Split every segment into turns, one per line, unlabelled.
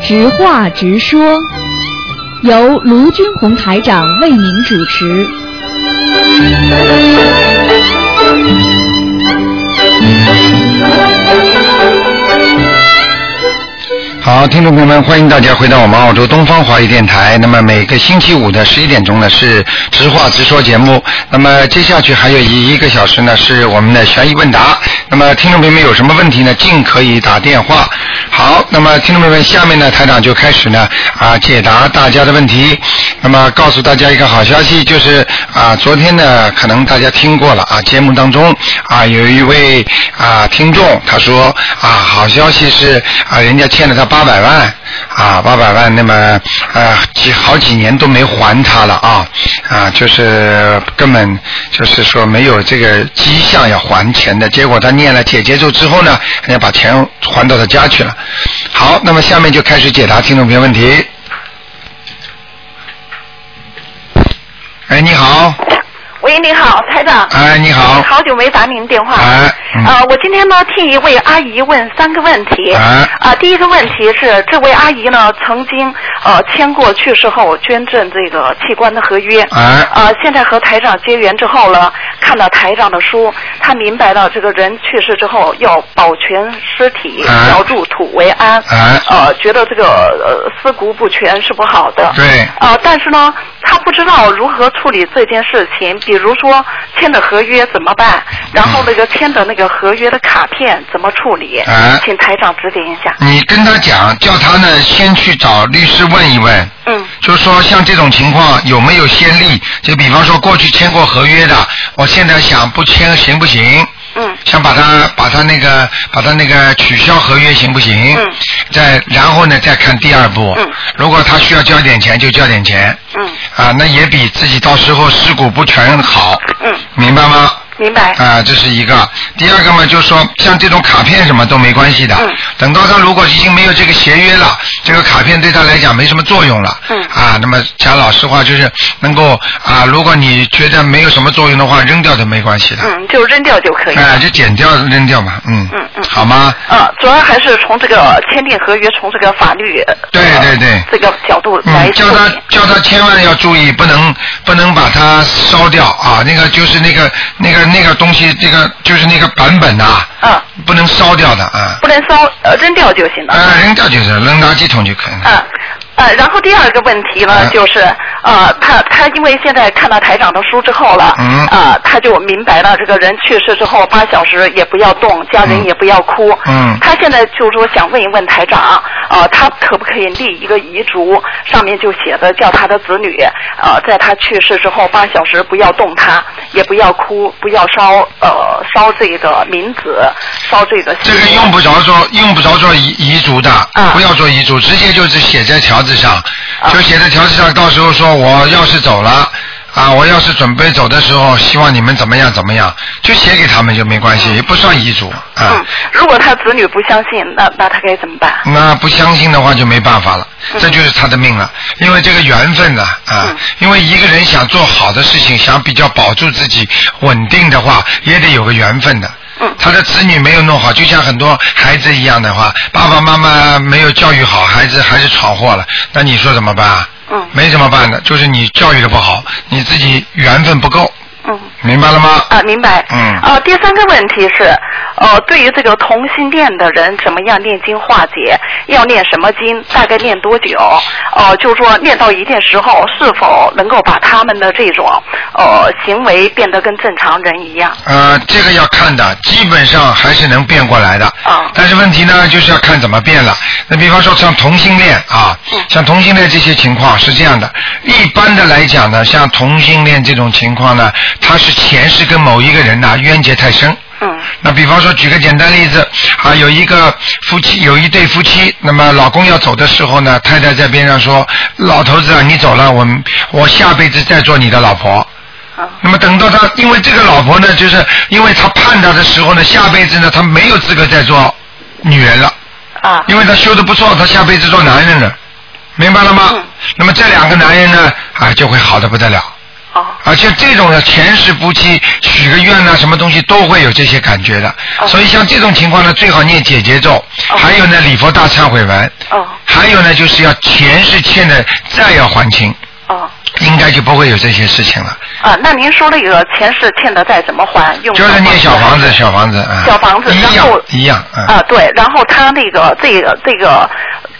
直话直说，由卢军红台长为您主持。
好，听众朋友们，欢迎大家回到我们澳洲东方华语电台。那么每个星期五的十一点钟呢是直话直说节目。那么接下去还有一一个小时呢是我们的悬疑问答。那么听众朋友们有什么问题呢，尽可以打电话。好，那么听众朋友们，下面呢台长就开始呢啊解答大家的问题。那么告诉大家一个好消息，就是啊昨天呢可能大家听过了啊节目当中啊有一位啊听众他说啊好消息是啊人家欠了他八。八百万啊，八百万，那么呃几好几年都没还他了啊啊，就是根本就是说没有这个迹象要还钱的。结果他念了解结咒之后呢，人家把钱还到他家去了。好，那么下面就开始解答听众朋友问题。哎，你好。
喂，你好，台长。
哎，你好。
好久没打您电话。
哎。嗯、
呃，我今天呢听一位阿姨问三个问题。
哎。
啊、呃，第一个问题是，这位阿姨呢曾经呃签过去世后捐赠这个器官的合约。
哎。
呃，现在和台长结缘之后呢，看到台长的书，她明白了这个人去世之后要保全尸体，
哎、
要入土为安。
哎。
呃，觉得这个呃尸骨不全是不好的。
哎对。
呃，但是呢，她不知道如何处理这件事情。比如说签的合约怎么办？然后那个签的那个合约的卡片怎么处理？
啊、
请台长指点一下。
你跟他讲，叫他呢先去找律师问一问。
嗯。
就是说，像这种情况有没有先例？就比方说，过去签过合约的，我现在想不签行不行？
嗯。
想把它把它那个把它那个取消合约行不行？
嗯。
再然后呢，再看第二步。
嗯。
如果他需要交点钱，就交点钱。
嗯。
啊，那也比自己到时候尸骨不全好。
嗯。
明白吗？
明白。
啊，这是一个。第二个嘛，就是说像这种卡片什么都没关系的。
嗯
等到他如果已经没有这个协约了，这个卡片对他来讲没什么作用了。
嗯
啊，那么讲老实话，就是能够啊，如果你觉得没有什么作用的话，扔掉都没关系的。
嗯，就扔掉就可以。
哎，就剪掉扔掉嘛，嗯。
嗯嗯
好吗？
嗯，主要还是从这个签订合约，从这个法律呃
对对对
这个角度来
嗯，
处
叫
理。
他叫他千万要注意，不能不能把它烧掉啊！那个就是那个那个那个东西，这个就是那个版本呐、
嗯，
不能烧掉的啊。
不能烧，呃，扔掉就行了。
啊，扔掉就是扔垃圾桶就可以了。
嗯，呃，然后第二个问题呢，
嗯
就是呃，他他因为现在看到台长的书之后了，
嗯
呃，他就明白了这个人去世之后八小时也不要动，家人
嗯
也不要哭，
嗯
他现在就是说想问一问台长，呃，他可不可以立一个遗嘱，上面就写着叫他的子女，呃，在他去世之后八小时不要动他，也不要哭，不要烧呃烧这个冥纸，烧这个
这个用不着做，用不着做遗遗嘱的，
嗯
不要做遗嘱，直接就是写在条子上，
嗯
就写在条子上。到时候说我要是走了，啊，我要是准备走的时候，希望你们怎么样怎么样，就写给他们就没关系，也不算遗嘱啊
嗯。，如果他子女不相信，那那他该怎么办？
那不相信的话就没办法了，
嗯
这就是他的命了，因为这个缘分了啊
嗯。
因为一个人想做好的事情，想比较保住自己稳定的话，也得有个缘分的。
嗯
他的子女没有弄好，就像很多孩子一样的话，爸爸妈妈没有教育好，孩子还是闯祸了，那你说怎么办啊？
嗯
没怎么办的，就是你教育的不好，你自己缘分不够，
嗯。
明白了吗？
啊，明白。
嗯
呃，第三个问题是，呃，对于这个同性恋的人，怎么样念经化解？要念什么经？大概念多久？呃，就是说念到一定时候，是否能够把他们的这种呃行为变得跟正常人一样？
呃，这个要看的，基本上还是能变过来的。
啊
但是问题呢，就是要看怎么变了。那比方说像同性恋啊，
嗯
像同性恋这些情况是这样的，一般的来讲呢，像同性恋这种情况呢，他是前世跟某一个人呐、冤结太深。
嗯
那比方说，举个简单例子啊，有一个夫妻，有一对夫妻，那么老公要走的时候呢，太太在边上说：“老头子啊，你走了，我们我下辈子再做你的老婆。”
啊
那么等到他，因为这个老婆呢，就是因为他判他的时候呢，下辈子呢，他没有资格再做女人了，
啊
因为他修的不错，他下辈子做男人了，明白了吗？
嗯
那么这两个男人呢，啊，就会好的不得了。
哦
而且这种的前世夫妻许个愿啊呐，什么东西都会有这些感觉的。
哦
所以像这种情况呢，最好念解结咒，还有呢礼佛大忏悔文，
哦
还有呢就是要前世欠的债要还清，
哦
应该就不会有这些事情了。
啊，那您说那个前世欠的债怎么还？用
就是念小
子。
房子，小房子啊，
小房子
一
然
样
后
一样嗯
啊，对，然后他那个这个这个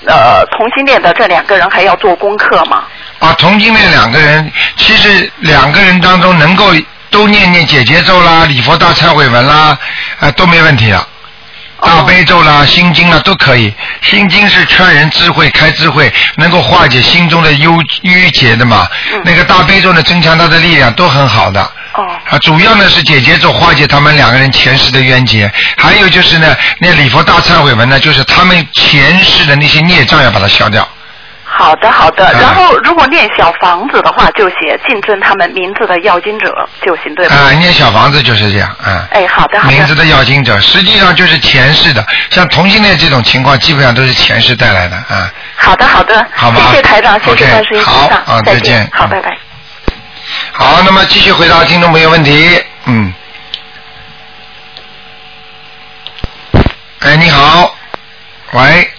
呃同性恋的这两个人还要做功课吗？
啊，同性恋两个人，其实两个人当中能够都念念姐姐咒啦、礼佛大忏悔文啦，啊、都没问题的。
哦
大悲咒啦、心经啦都可以。心经是劝人智慧、开智慧，能够化解心中的忧郁结的嘛。
嗯
那个大悲咒呢，增强他的力量，都很好的。
哦
啊，主要呢是解结咒化解他们两个人前世的冤结，还有就是呢，那礼佛大忏悔文呢，就是他们前世的那些孽障要把它消掉。
好的好的，
哎
然后如果念小房子的话，就写竞争他们名字的要经者就行，对吧？
啊，念小房子就是这样，啊。
哎，好的好
名字
的。
的要经者，实际上就是前世的，像同性恋这种情况，基本上都是前世带来的啊。
好的好的，
好吧
谢谢台长，谢
OK，
谢观世音菩
好啊
萨，
再
再
见
好，
嗯
拜拜。
好，那么继续回答听众朋友问题，嗯。哎，你好，喂，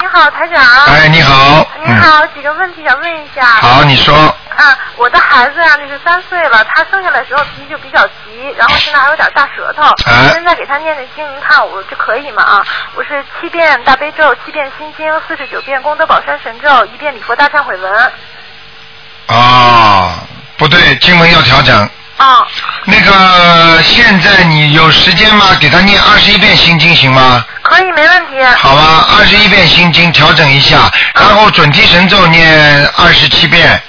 你好，台长。
哎，你好，
啊你
嗯，
好，几个问题想问一下。
好，你说，
啊，我的孩子啊，就是三岁了，他生下来的时候脾气就比较急，然后现在还有点大舌头。
哎
现在给他念的经，您看我这可以吗？啊，我是七遍大悲咒，七遍心经，四十九遍功德宝山神咒，一遍礼佛大忏悔文。
哦，不对，经文要调整。
啊，
那个，现在你有时间吗？给他念二十一遍心经行吗？
可以，没问题。
好吧，二十一遍心经调整一下，然后准提神咒念二十七遍，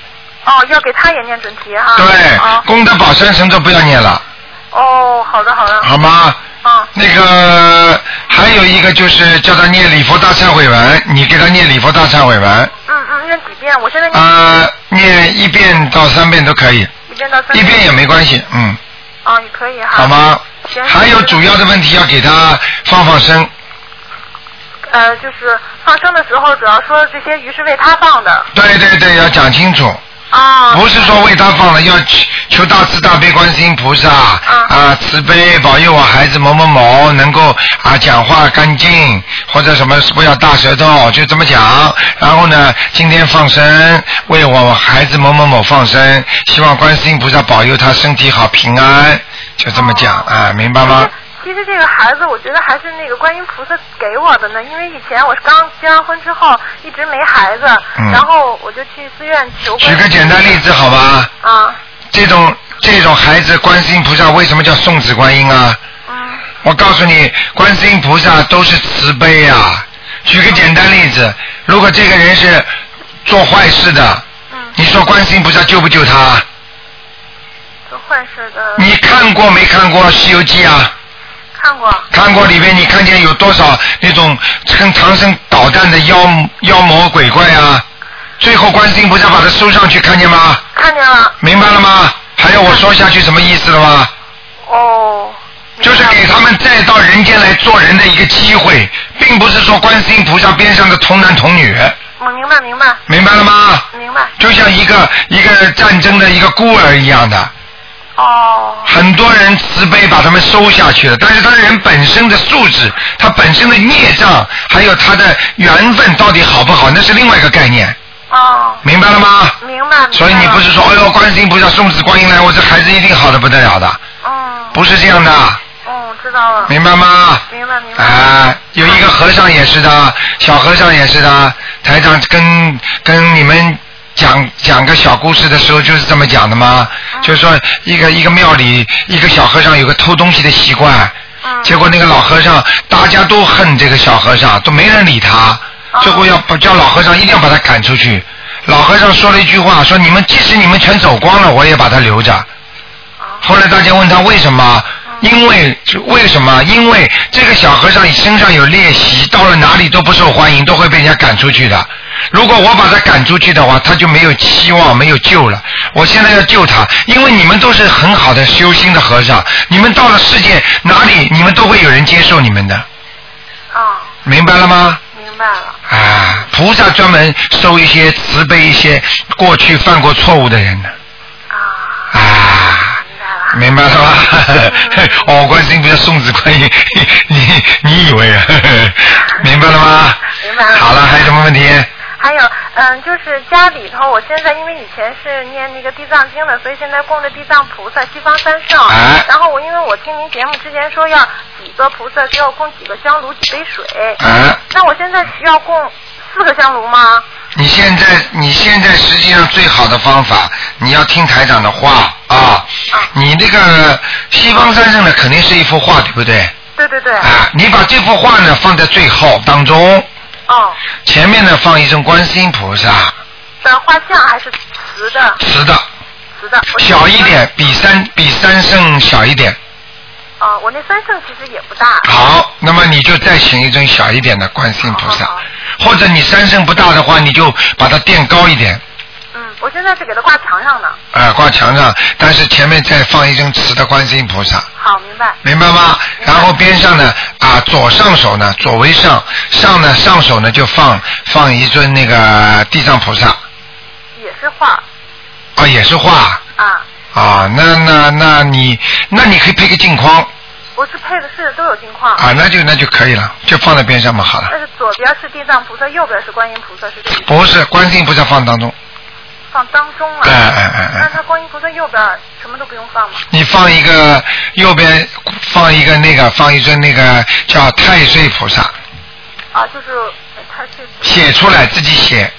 哦，要给他也念准提啊。
对
啊，。
功德宝山神咒不要念了，
哦，好的，好的。
好吗？
啊，
那个还有一个就是叫他念礼佛大忏悔文，你给他念礼佛大忏悔文，
嗯嗯，念几遍？我现在念
呃，念一遍到三遍都可以，
一遍到三
一遍也没关系，嗯，
啊，也可以哈。
好？吗？
行
还有主要的问题要给他放放生，
呃，就是放生的时候，主要说这些鱼是为他放的
对对对，要讲清楚。
啊。
哦不是说为他放了，要求求大慈大悲观世音菩萨啊、慈悲保佑我孩子某某某能够啊讲话干净，或者什么不要大舌头，就这么讲。然后呢，今天放生，为我孩子某某某放生，希望观世音菩萨保佑他身体好平安，就这么讲啊，明白吗？
其实。其实这个孩子，我觉得还是那个观音菩萨给我的呢，因为以前我是刚结完婚之后一直没孩子，
嗯
然后我就去寺院求观
举个简单例子好吧，
啊，
这种这种孩子，观世音菩萨为什么叫送子观音啊？
嗯
我告诉你，观世音菩萨都是慈悲啊。举个简单例子，如果这个人是做坏事的，
嗯，
你说观世音菩萨救不救他？
做坏事的
你看过没看过《西游记》啊？
看过
看过里面，你看见有多少那种跟唐僧捣蛋的妖妖魔鬼怪啊？最后观世音菩萨把他收上去，看见吗？
看见了
明白了吗？还要我说下去什么意思了吗？
哦，
就是给他们再到人间来做人的一个机会，并不是说观世音菩萨边上的童男童女，
我嗯明白明白
明白了吗？
明白
就像一个一个战争的一个孤儿一样的，
哦
很多人慈悲把他们收下去了，但是他人本身的素质，他本身的孽障，还有他的缘分到底好不好，那是另外一个概念，
哦，
明白了吗？
明白明白了。
所以你不是说，哎呦，观世音菩萨送子观音来，我这孩子一定好的不得了的，
嗯
不是这样的，
嗯知道了
明白吗？
明白明白
啊，有一个和尚也是的，小和尚也是的。台长跟跟你们讲讲个小故事的时候，就是这么讲的吗？
嗯
就是说一个一个庙里一个小和尚有个偷东西的习惯，
嗯
结果那个老和尚大家都恨这个小和尚，都没人理他，
嗯
最后要把叫老和尚一定要把他赶出去。老和尚说了一句话，说你们即使你们全走光了，我也把他留着。
嗯啊
后来大家问他为什么？因为为什么？因为这个小和尚身上有劣习，到了哪里都不受欢迎，都会被人家赶出去的。如果我把他赶出去的话，他就没有希望，没有救了。我现在要救他，因为你们都是很好的修心的和尚，你们到了世界哪里，你们都会有人接受你们的，
啊
明白了吗？
明白了
啊，菩萨专门收一些慈悲一些过去犯过错误的人的
啊。
明白了吧？ 哦，观世音菩萨送子观音，你 你以为啊？ 明白了吗？
明白了
好了，还有什么问题？
还有，嗯，就是家里头，我现在因为以前是念那个地藏经的，所以现在供着地藏菩萨、西方三圣。
哎
然后我因为我听您节目之前说要几个菩萨，给我供几个香炉、几杯水。
啊，
那我现在需要供四个香炉吗？
你现在你现在实际上最好的方法，你要听台长的话啊。你那个西方三圣呢，肯定是一幅画，对不对？
对对对。
啊，你把这幅画呢放在最后当中，
哦，
前面呢放一尊观世音菩萨，
的画像还是瓷的，
瓷的，
瓷的。我
小一。点，比三比三圣小一点。
哦，我那三圣其实也不大。
好，那么你就再请一尊小一点的观世音菩萨
好好，
或者你三圣不大的话，你就把它垫高一点，
嗯，我现在是给它挂墙上呢。
啊、挂墙上，但是前面再放一尊瓷的观世音菩萨，
好，明白。
明白吗？然后边上呢，啊，左上手呢，左为上，上呢上手呢就放放一尊那个地藏菩萨，
也是画
啊，也是画，
啊，
啊，那那那你那你可以配个镜框
我是配的是都有镜框。
啊，那就那就可以了，就放在边上嘛，好了。
但是左边是地藏菩萨，右边是观音菩萨，是这个
不是，观世音菩萨放当中，
放当中了。
哎哎哎
那
哎，
它观音菩萨右边什么都不用放吗？
你放一个右边放一个那个放一尊那个叫太岁菩萨，
啊，就是哎它是
写出来自己写，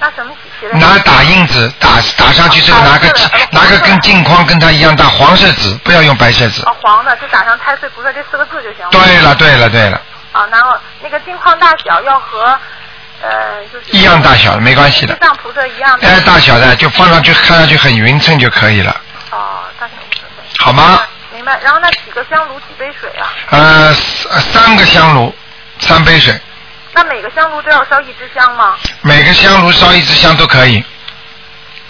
拿什么写的？
拿打印纸打打上去之后
啊
拿个
是的
拿个跟镜框跟它一样大黄色纸，不要用白色纸。
啊，黄的就打上太岁菩萨这四个字就行了。
对了对了对了，
啊，然后那个镜框大小要和呃就是
一样大小的没关系
地
的，
藏菩萨一样的。
哎大小的就放上去看上去很匀称就可以了，
哦，大小无所谓。
好吗？
明白。然后那几个香炉，几杯水啊？
呃，三三个香炉，三杯水，
那每个香炉都要烧一支香吗？
每个香炉烧一支香都可以。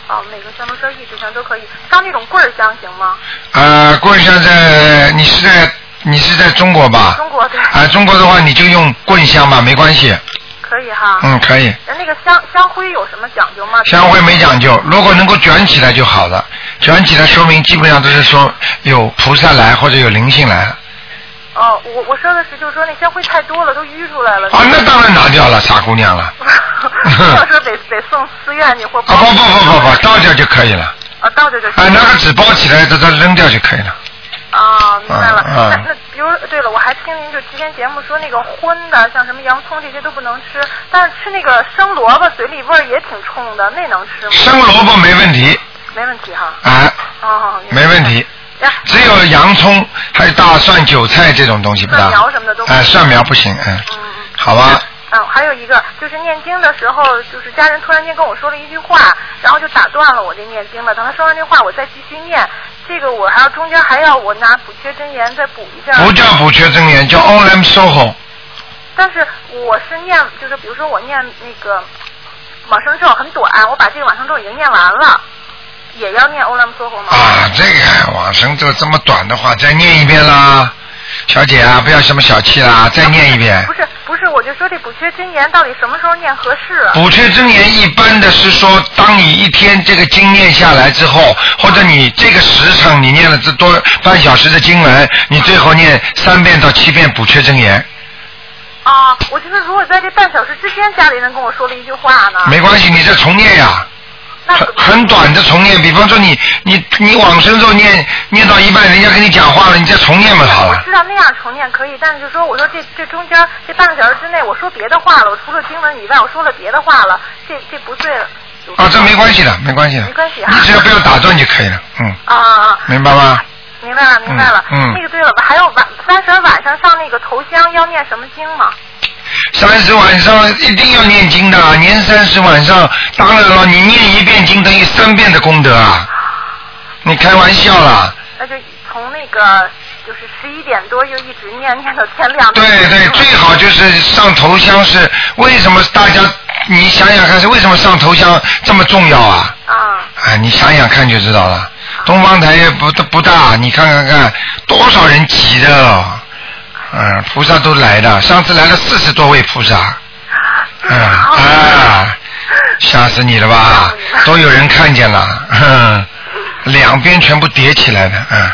哦，每个香炉烧一支香都可以。烧那种棍儿香行吗？
呃，棍香在你是在你是在中国吧？
中国对，
啊、中国的话你就用棍香吧，没关系。
可以哈。
嗯，可以。
那那个香香灰有什么讲究吗？
香灰没讲究，如果能够卷起来就好了。卷起来说明基本上都是说有菩萨来或者有灵性来了。
哦，我我说的是，就是说那香灰太多了，都淤出来了。
啊，那当然拿掉了，傻姑娘了。
到时候得得送寺院去或
啊不不不不不，倒掉就可以了。
啊倒着就
啊，
行。
拿个纸包起来，把它扔掉就可以了。
啊，明白了。
嗯嗯
那那比如对了，我还听您就之前节目说那个荤的，像什么洋葱这些都不能吃，但是吃那个生萝卜嘴里味儿也挺冲的，那能吃吗？
生萝卜没问题
没问题哈。
啊，
哦，明白
没问题。
呀
只有洋葱、还有大蒜、韭菜这种东西不大。
蒜苗什么的都不
哎，蒜苗不行，嗯，
嗯嗯。
好吧。
嗯，还有一个就是念经的时候，就是家人突然间跟我说了一句话，然后就打断了我这念经了。等他说完这话，我再继续念。这个我还要中间还要我拿补缺真言再补一下。
不叫补缺真言，叫 Om Soho。
但是我是念，就是比如说我念那个往生咒很短，我把这个往生咒已经念完了，也要念欧拉姆梭红吗？
啊，这个往生咒这么短的话，再念一遍啦，小姐啊，不要什么小气啦，再念一遍
不。是不是，我就说这补缺真言到底什么时候念合适啊？
补缺真言一般的是说，当你一天这个经念下来之后，或者你这个时辰你念了这多半小时的经文，你最后念三遍到七遍补缺真言，
啊，我就是如果在这半小时之间家里人跟我说了一句话呢，
没关系，你再重念呀、
啊那
很很短的重念，比方说你你你往生咒念念到一半，人家跟你讲话了，你再重念嘛好
我
了
知。道那样重念可以，但是就说我说这这中间这半个小时之内，我说别的话了，我除了经文以外，我说了别的话了，这这不对了。
啊，这没关系的，没关系的，
没关系啊
你只要不要打断就可以了，嗯，
啊啊啊！
明白吗？
明白了，明白了。
嗯嗯
那个对了，还有晚三十晚上上那个头香要念什么经吗？
三十晚上一定要念经的，啊年三十晚上，当然了，你念一遍经等于三遍的功德啊，你开玩笑啦？
那就从那个就是十一点多就一直念念到天亮。
对对，最好就是上头香是为什么？大家你想想看，是为什么上头香这么重要啊？
啊，
啊，你想想看就知道了。东方台也不不大，你看看看，多少人急的哦，嗯，菩萨都来的，上次来了四十多位菩萨，嗯
好
啊，吓死你了吧？都有人看见了，哼，两边全部叠起来的，嗯，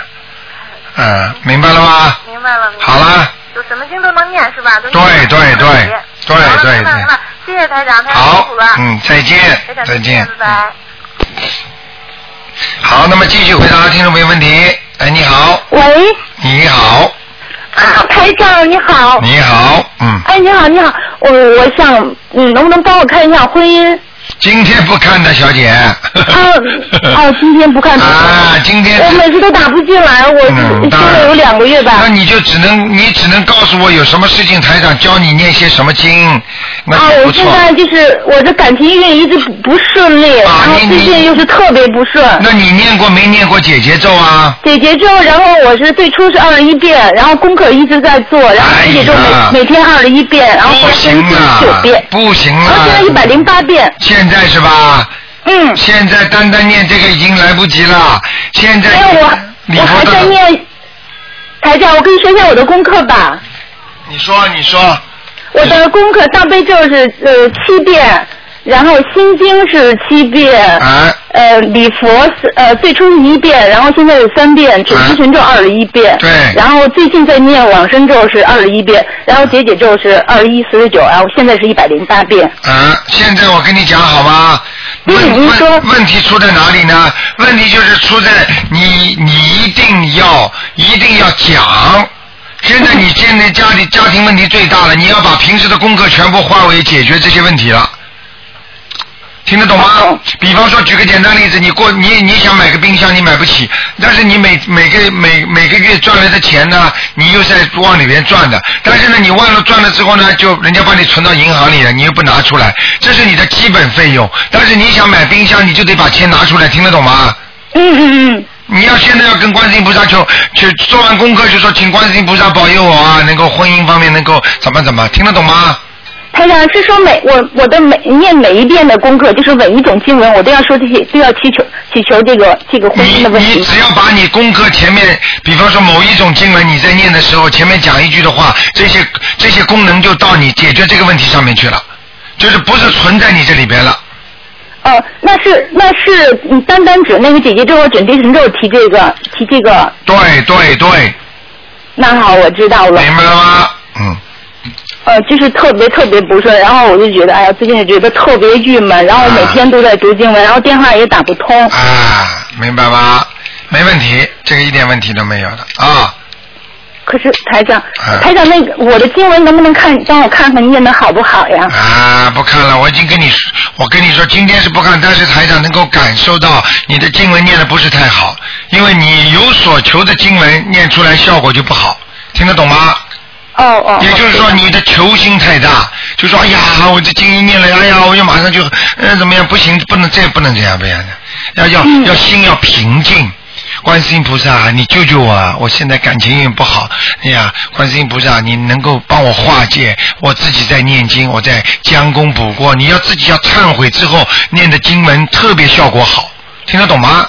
嗯，明白了吗？
明白了。明白
好啦，
就什么经都能念是吧？都
对
念
对
得
对
特别
对
好了
对
明白
对
明白谢谢台长，太辛
好
苦了。，
嗯，再见
台长，
再见嗯
见，，拜拜。
好，那么继续回答听众朋友问题。哎，你好，
喂，
你好，
啊，台长你
哦
好。
你好，嗯，
哎，你好，你好，我我想，嗯，能不能帮我看一下 婚姻？
今天不看的小姐。
啊，哦，今天不看台 长
啊，今天
我每次都打不进来，我
嗯
修
当然
了有两个月吧
那。你就只能你只能告诉我有什么事情，台长教你念些什么经，那
啊，
就不
我
错
现。在就是我的感情运一直不不顺利，
啊
然后
你
最近
你
又是特别不顺。
那你念过没念过姐姐咒啊？
解结咒，然后我是最初是二十一遍，然后功课一直在做，然后解结咒
哎呀
每每天二十一遍，然后后
不
来分
行
四
啊
十九遍，，
不行
然后
啊
现！在一百零八遍。
现在是吧？
嗯，
现在单单念这个已经来不及了。现在
还有
礼
哎我我
佛
还在
的，
念。台长，我跟你说一下我的功课吧。
你说你说，
我的功课大悲咒是呃七遍，然后心经是七遍，
啊，
呃，礼佛是呃最初是一遍，然后现在有三遍，准提神咒二十一遍，
对
然后最近在念往生咒是二十一遍，然后解解咒是二十一四十九，然后现在是一百零八遍。
啊，现在我跟你讲好吗？
嗯
问
您说
问问题出在哪里呢？问题就是出在你你一定要一定要讲。现在你现在家里家庭问题最大了，你要把平时的功课全部化为解决这些问题了。听得懂吗
懂？
比方说，举个简单例子，你过你你想买个冰箱，你买不起，但是你每每个每每个月赚来的钱呢，你又在往里面赚的，但是呢，你忘了赚了之后呢，就人家把你存到银行里了，你又不拿出来，这是你的基本费用。但是你想买冰箱，你就得把钱拿出来，听得懂吗？
嗯嗯嗯，
你要现在要跟观世音菩萨求，去做完功课就说，请观世音菩萨保佑我啊，能够婚姻方面能够怎么怎么，听得懂吗？
台长是说每我我的每念每一遍的功课，就是每一种经文，我都要说这些，都要祈求祈求这个这个 婚姻
你
的问
你
题。
只要把你功课前面，比方说某一种经文，你在念的时候，前面讲一句的话，这些这些功能就到你解决这个问题上面去了，就是不是存在你这里边了。
哦，那是那是嗯单单指那个姐姐咒和准提神咒提这个提这个，
对对对，
那好，我知道了。
明白了吗？嗯，
呃，就是特别特别不顺，然后我就觉得，哎呀，最近也觉得特别郁闷，然后每天都在读经文，然后电话也打不通。
啊，明白吗？没问题，这个一点问题都没有的啊。
可是台长
嗯，
台长，那个我的经文能不能看，帮我看看念的好不好呀？
啊，不看了，我已经跟你说，我跟你说，今天是不看，但是台长能够感受到你的经文念的不是太好，因为你有所求的经文念出来效果就不好，听得懂吗？
哦哦。
也就是说
哦
你的求心太大，就说哎呀，我这经一念了，哎呀，我就马上就呃怎么样，不行，不能这样，不能这样，不能这样，要要、要心要平静。观世音菩萨，你救救我啊！我现在感情也不好，哎呀，观世音菩萨，你能够帮我化解，我自己在念经，我在将功补过。你要自己要忏悔之后念的经文特别效果好，听得懂吗？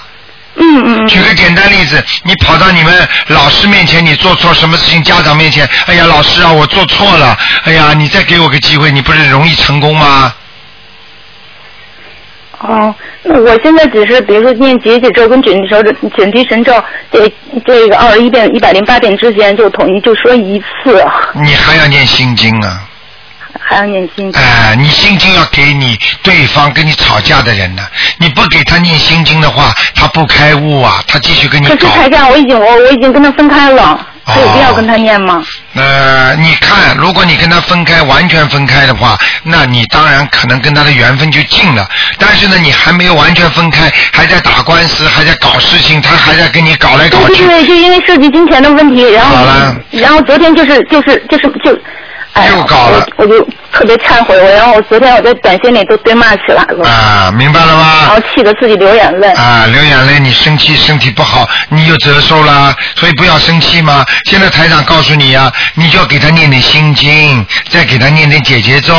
嗯嗯
举个简单例子，你跑到你们老师面前，你做错什么事情？家长面前，哎呀，老师啊，我做错了，哎呀，你再给我个机会，你不是容易成功吗？
嗯。哦，那我现在只是比如说念解姐咒跟准提咒、准提神咒这这个二十一遍、一百零八遍之间，就统一就说一次，
你还要念心经啊，
还要念心经。
哎、你心经要给你对方跟你吵架的人呢、你不给他念心经的话，他不开悟啊，他继续跟你哦
可是
搞。
台长，我已经我我已经跟他分开了，我有必要跟他念吗？
呃，你看，如果你跟他分开，完全分开的话，那你当然可能跟他的缘分就尽了。但是呢，你还没有完全分开，还在打官司，还在搞事情，他还在跟你搞来搞
对
去
对。对，是因为涉及金钱的问题，然
哦好
后
了
然后昨天就是就是就是就，哎呀，
又搞了
我我就特别忏悔，我然后我昨天我在短信里都对骂起来了，
啊，明白了
然后
吗？
气得自己流眼泪。
啊，流眼泪，你生气，身体不好，你就折寿啦，所以不要生气嘛。现在台长告诉你啊，你就要给他念点心经，再给他念点解结咒。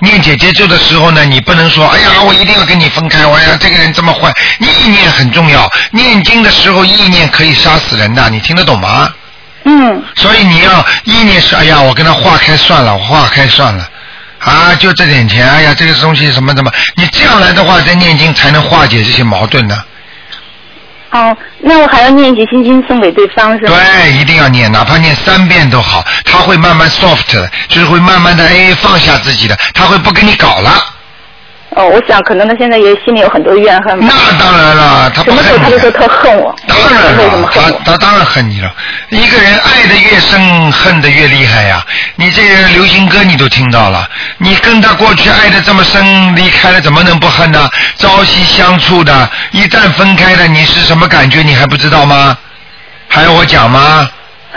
念解结咒的时候呢，你不能说，哎呀，我一定要跟你分开，我哎呀这个人这么坏，意念很重要。念经的时候，意念可以杀死人的，你听得懂吗？
嗯，
所以你要意念是，哎呀，我跟他化开算了，我化开算了，啊，就这点钱，哎呀，这个东西什么什么，你这样来的话，在念经才能化解这些矛盾呢。
哦，那我还要念一些心经送给对方是吗？
对，一定要念，哪怕念三遍都好，他会慢慢 soft 的，就是会慢慢的哎放下自己的，他会不跟你搞了。
哦，我想可能他现在也心里有很多怨恨吧。
那当然了，他
嗯什
不
么时候
恨
他
你
都说
了。
特恨我，
当然
为什么
了，
恨
他
我？
他当然恨你了。一个人爱的越深，恨的越厉害呀、你这个流行歌你都听到了，你跟他过去爱的这么深，离开了怎么能不恨呢？朝夕相处的，一旦分开了，你是什么感觉？你还不知道吗？还要我讲吗？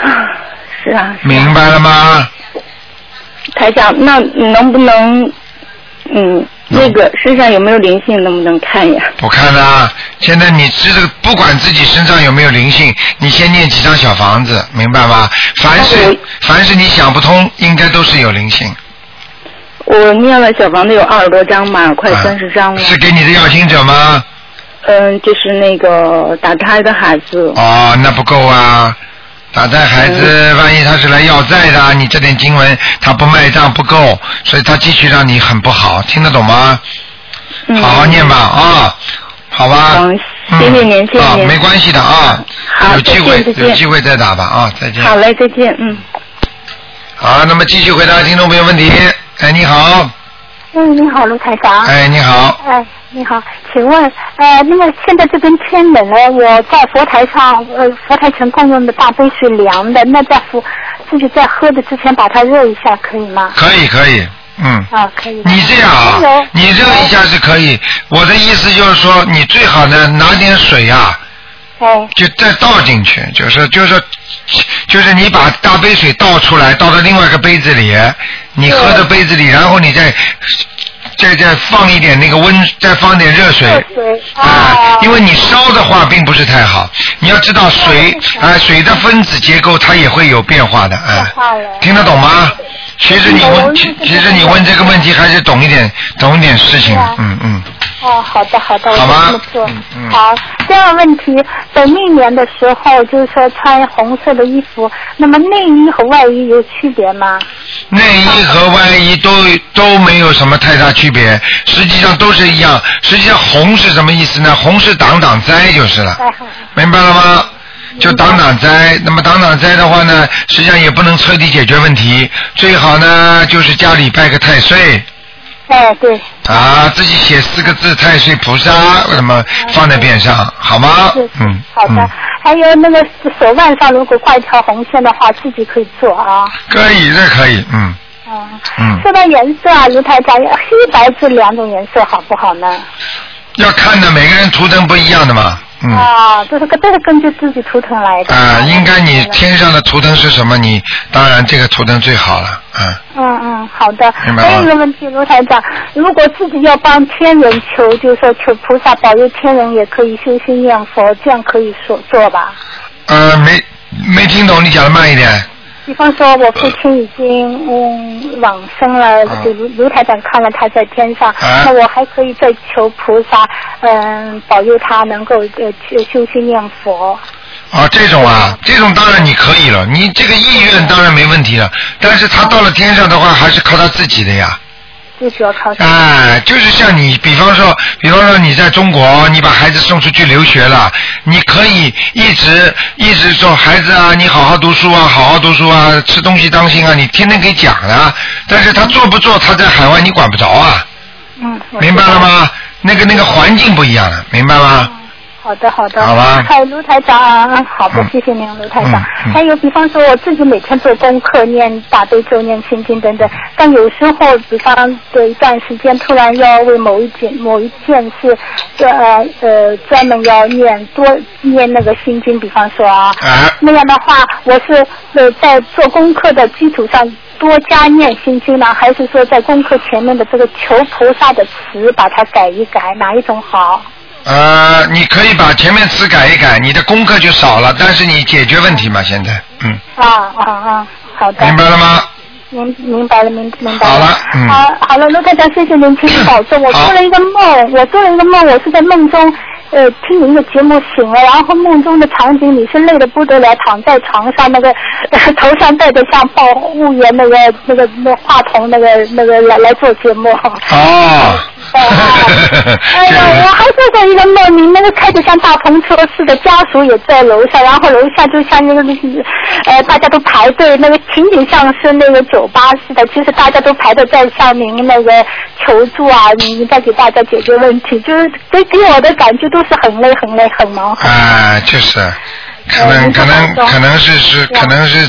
是啊，是啊
明白了吗？
台长，那能不能，嗯，
能
那个身上有没有灵性，能不能看呀？
我看啦、现在你知道，不管自己身上有没有灵性，你先念几张小房子，明白吗？凡
那我
是凡是你想不通，应该都是有灵性。
我念了小房子有二十多张吧，快
啊
三十张了。
是给你的要经者吗？
嗯，就是那个打胎的孩子。
哦，那不够啊！打胎孩
嗯
子，万一他是来要债的，你这点经文他不卖账不够，所以他继续让你很不好，听得懂吗？
嗯
好好念吧啊、好吧
嗯。
嗯
谢谢您谢谢
啊，
您
没关系的啊，
好
有机会
再见再见
有机会再打吧啊，再见。
好嘞，再见，嗯。
好，那么继续回答听众朋友问题。哎，你好，
嗯，你好，卢台长。
哎，你好，
哎，你好，请问，呃，那么现在这边天冷了，我在佛台上，呃，佛台前供用的大杯是凉的，那在佛就是在喝的之前把它热一下，可以吗？
可以可以，嗯，
啊，可以的。
你这样
还有
啊，你热一下是可以。我的意思就是说，你最好呢拿点水啊，
哎，
就再倒进去，就是就是就是你把大杯水倒出来，倒到另外一个杯子里，你喝的杯子里，然后你再再再放一点那个温，再放点热水，
热水
啊
哦，
因为你烧的话并不是太好，你要知道水
哦
啊、水的分子结构它也会有变化的，哎、
变化了
听得懂吗？其实你
懂
问，
我
其
就是
其实你问这个问题还是懂一点，懂一点事情
是啊，
嗯嗯，
哦，好的好的，我
好
就
吧
这么做。
嗯嗯
好，第二个问题，本命年的时候，就是说穿红色的衣服，那么内衣和外衣有区别吗？
内衣和外衣都都没有什么太大区别，实际上都是一样。实际上红是什么意思呢？红是挡挡灾就是了，
哎，好
明白了吗？就挡挡灾，那么挡挡灾的话呢，实际上也不能彻底解决问题，最好呢就是家里拜个太岁
哎，对，
啊，自己写四个字太岁菩萨，那么放在边上，好吗
是？
嗯，
好的，
嗯
还有那个手腕上如果挂一条红线的话，自己可以做啊。
可以，这可以，嗯
嗯。
嗯，
说到颜色啊，卢台长，黑白这两种颜色好不好呢？
要看的每个人图腾不一样的嘛，嗯。
啊，这是根都是根据自己图腾来的。
啊、应该你天上的图腾是什么？你当然这个图腾最好了，嗯，
嗯嗯，好的。
明白吗
还有一个问题，卢台长，如果自己要帮天人求，就是说求菩萨保佑天人，也可以修心念佛，这样可以说做吧。
呃，没没听懂，你讲的慢一点。
比方说，我父亲已经嗯往生了
啊，
给卢卢台长看了他在天上，
啊
那我还可以再求菩萨，嗯，保佑他能够呃去修心念佛。
啊，这种啊，这种当然你可以了，你这个意愿当然没问题了，但是他到了天上的话，还是靠他自己的呀。
就主要靠
哎、就是像你，比方说，比方说你在中国，你把孩子送出去留学了，你可以一直一直说孩子啊，你好好读书啊，好好读书啊，吃东西当心啊，你天天给讲啊。但是他做不做，他在海外你管不着啊，
嗯，我知道
明白了？吗？那个那个环境不一样了，明白吗？
好的，好的。
好吧
嗨，卢台长，啊好的
嗯，
谢谢您，卢台长。
嗯嗯
还有，比方说我自己每天做功课，念大悲咒、念心经等等，
嗯
但有时候，比方的一段时间，突然要为某一件某一件事，呃呃，专门要念多念那个心经，比方说啊，
啊，
那样的话，我是呃在做功课的基础上多加念心经呢，还是说在功课前面的这个求菩萨的词把它改一改，哪一种好？
呃，你可以把前面词改一改，你的功课就少了，但是你解决问题嘛，现在，嗯，
啊啊啊！好的，
明白了吗？
明明白了，明明白
好
了。
了嗯
好，好了，卢台长，谢谢您，请您保重。我
好
做了一个梦，我做了一个梦，我是在梦中，呃，听您的节目醒了，然后梦中的场景你是累得不得了，躺在床上，那个、 呃头上戴着像报 务员那个那个那话筒那个那个来来做节目。
哦，
哦，哎呀，我还做过一个梦，你那个开的像大篷车似的，家属也在楼上，然后楼下就像那个，呃，大家都排队，那个情景像是那个酒吧似的，其实大家都排队在向您那个求助啊，您在给大家解决问题，就是给给我的感觉都是很累、很累、很忙。
啊，就是，可能
嗯
可能
我懂
可能是是可能是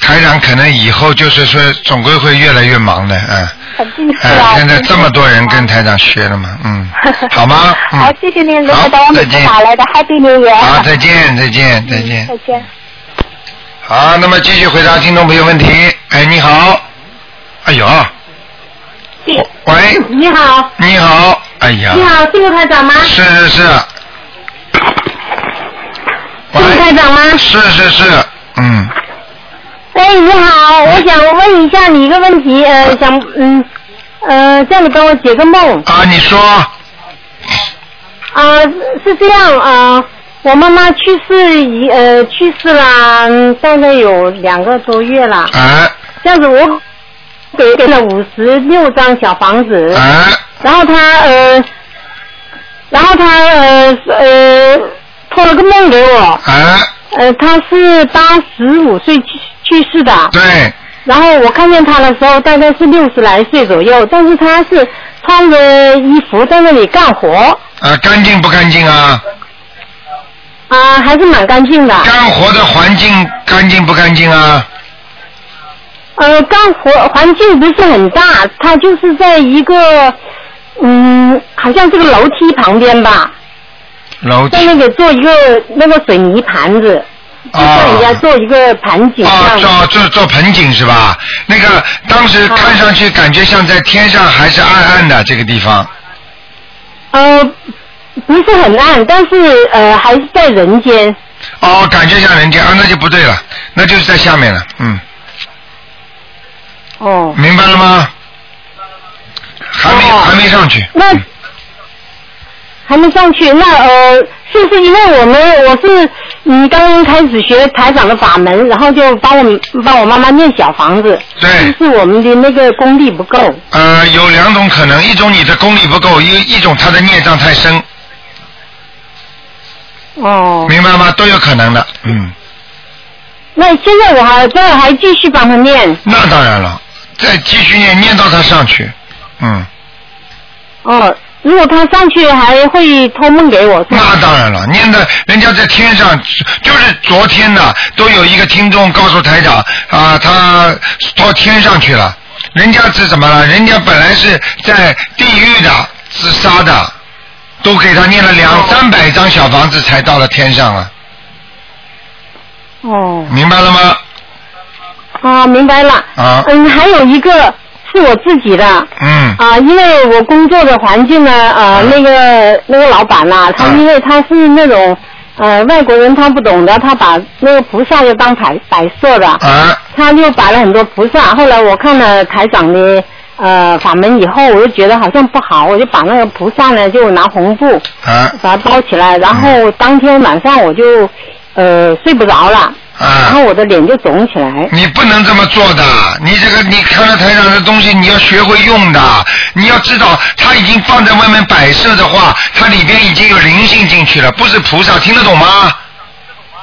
台长，可能以后就是说总归会越来越忙的，嗯。
肯定是
哎
啊，
现在这么多人跟台长学了嘛，嗯，好吗？嗯
好，谢谢您，卢
好
台长，我
再
每次
见
打来的 Happy New Year。
好，再见，再见，再见。
再见。
好，那么继续回答听众朋友问题。哎，你好。哎呦。喂，
你好，
你好。哎呀
你。好，是陆台长吗？
是是是。
是陆台
喂。
长吗？
是是是，嗯，
喂，哎你好，我想问一下你一个问题，呃，想嗯呃，叫你帮我解个梦
啊，你说，
啊、呃是这样啊、呃我妈妈去世一呃去世啦，嗯大概有两个多月啦，
哎
这样子我给给了五十六张小房子。
哎，
然后他呃，然后他呃呃托了个梦给我，
哎，
呃，他是八十五岁去去世的，
对，
然后我看见他的时候大概是六十来岁左右，但是他是穿着衣服在那里干活，啊、
啊，干净不干净啊？
啊还是蛮干净的，
干活的环境干净不干净啊？
呃，干活环境不是很大，他就是在一个嗯，好像这个楼梯旁边吧，
楼
在
梯
那里做一个那个水泥盘子。就
啊
像人家做一个盘锦这
啊，
样子。
做做做盆景是吧？那个当时
啊
看上去感觉像在天上，还是暗暗的这个地方
呃，不是很暗，但是呃还是在人间。
哦，感觉像人间啊，那就不对了，那就是在下面了，嗯，
哦，
明白了吗？还没、
哦
还没上去，
那
嗯
还没上去。那呃，是不是因为我们我是你刚刚开始学台长的法门，然后就帮我们帮我妈妈念小 房子，是
对，
不是我们的那个功力不够？
呃，有两种可能，一种你的功力不够，一一种他的孽障太深，
哦，
明白吗？都有可能的，嗯，
那现在我还这还继续帮他念。
那当然了，再继续念念到他上去，嗯，
哦，如果他上去还会托梦给我，是
那
吧？
当然了，念的人家在天上，就是昨天呢、都有一个听众告诉台长啊，他到天上去了。人家是怎么了？人家本来是在地狱的自杀的，都给他念了两三百张小房子才到了天上了，
哦。
明白了吗？
啊，明白了。
啊
嗯，还有一个是我自己的。
嗯，
啊，因为我工作的环境呢，呃，那个那个老板呐、他
啊
因为他是那种呃外国人，他不懂的，他把那个菩萨又当摆摆设的，
啊，
他就摆了很多菩萨。后来我看了台长的呃法门以后，我就觉得好像不好，我就把那个菩萨呢就拿红布
啊，
把它包起来，然后
嗯
当天晚上我就呃睡不着了，然
啊
后，我的脸就肿起来。
你不能这么做的。你这个，你看到台上的东西，你要学会用的。你要知道，它已经放在外面摆设的话，它里边已经有灵性进去了，不是菩萨，听得懂吗？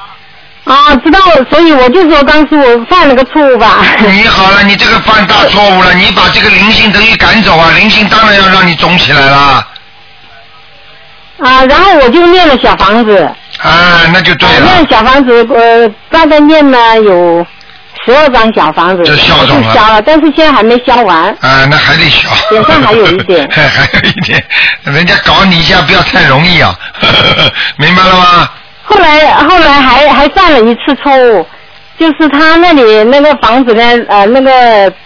啊，知道，所以我就说当时我犯了个错误吧。
你好了，你这个犯大错误了，你把这个灵性等于赶走啊，灵性当然要让你肿起来啦。
啊，然后我就念了小房子，
啊，那就对
我
了
念。小房子，呃，大概念了有十二张小房子，
这消肿
就
了
消了，但是现在还没消完。
啊，那还得小。
脸上还有一点
还 还有一点，人家搞你一下不要太容易啊， 明白了吗？
后来后来还还犯了一次错误，就是他那里那个房子呢，呃，那个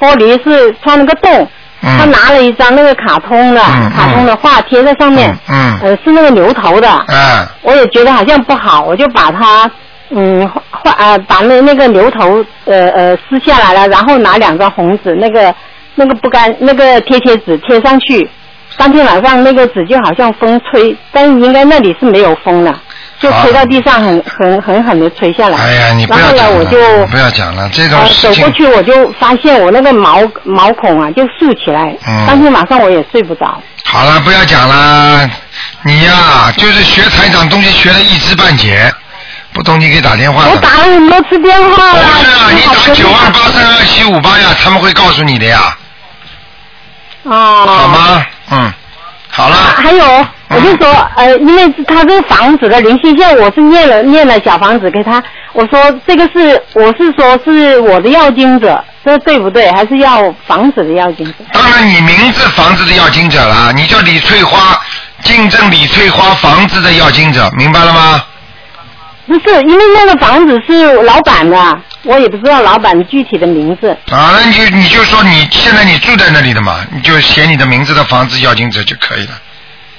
玻璃是穿了个洞，
嗯。
他拿了一张那个卡通的、
嗯嗯
卡通的画贴在上面，
嗯嗯
呃，是那个牛头的，
啊
我也觉得好像不好，我就把它嗯换呃把那那个牛头呃呃撕下来了，然后拿两张红纸那个那个不干那个贴贴纸贴上去。当天晚上那个纸就好像风吹，但是应该那里是没有风的，就
啊
吹到地上很很很狠的垂下来。
哎呀，你不
然
要
后
讲
呢，
了，
我
你
就
不要讲了，这种
呃
事
走
情
过，去，我就发现我那个毛毛孔啊就竖起来。
嗯
当天晚上我也睡不着。
好了，不要讲了，你呀、就是学台长东西学的一知半解，不懂你给打电话
我
的。
打了很多次电话
不
了，
是啊，你
好
打
可
九二八
怕
三二七五八呀，他们会告诉你的呀，
哦，
好吗？嗯，好了，
啊还有，我就说，呃，因为他这个房子的灵性，现在我是念了念了小房子给他，我说这个是我是说是我的要经者，这对不对？还是要房子的要经者？
当然你名字房子的要经者了，你叫李翠花，竞争李翠花房子的要经者，明白了吗？
不是，因为那个房子是老板的，我也不知道老板具体的名字。
啊，那你就你就说你现在你住在那里的嘛，你就写你的名字的房子要经者就可以了，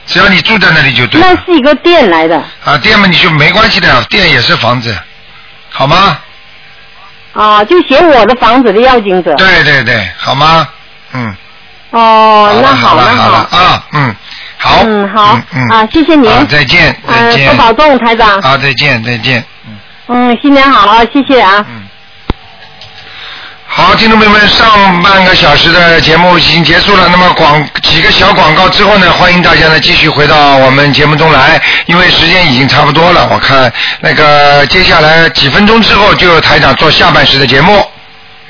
只要你住在那里就对
那
了。
是一个店来的
啊，店嘛你就没关系的，店也是房子，好吗？
啊，就写我的房子的要经者。
对对对，好吗？嗯，
哦，
了
那
好
那
了好了啊，嗯，好，
嗯好
嗯
啊，谢谢您。
啊再见再见
嗯，多保重，台长。
啊，再见再见，嗯
嗯，新年好，谢谢啊。
嗯。好，听众朋友们，上半个小时的节目已经结束了。那么广几个小广告之后呢，欢迎大家呢继续回到我们节目中来，因为时间已经差不多了。我看那个接下来几分钟之后就有台长做下半时的节目。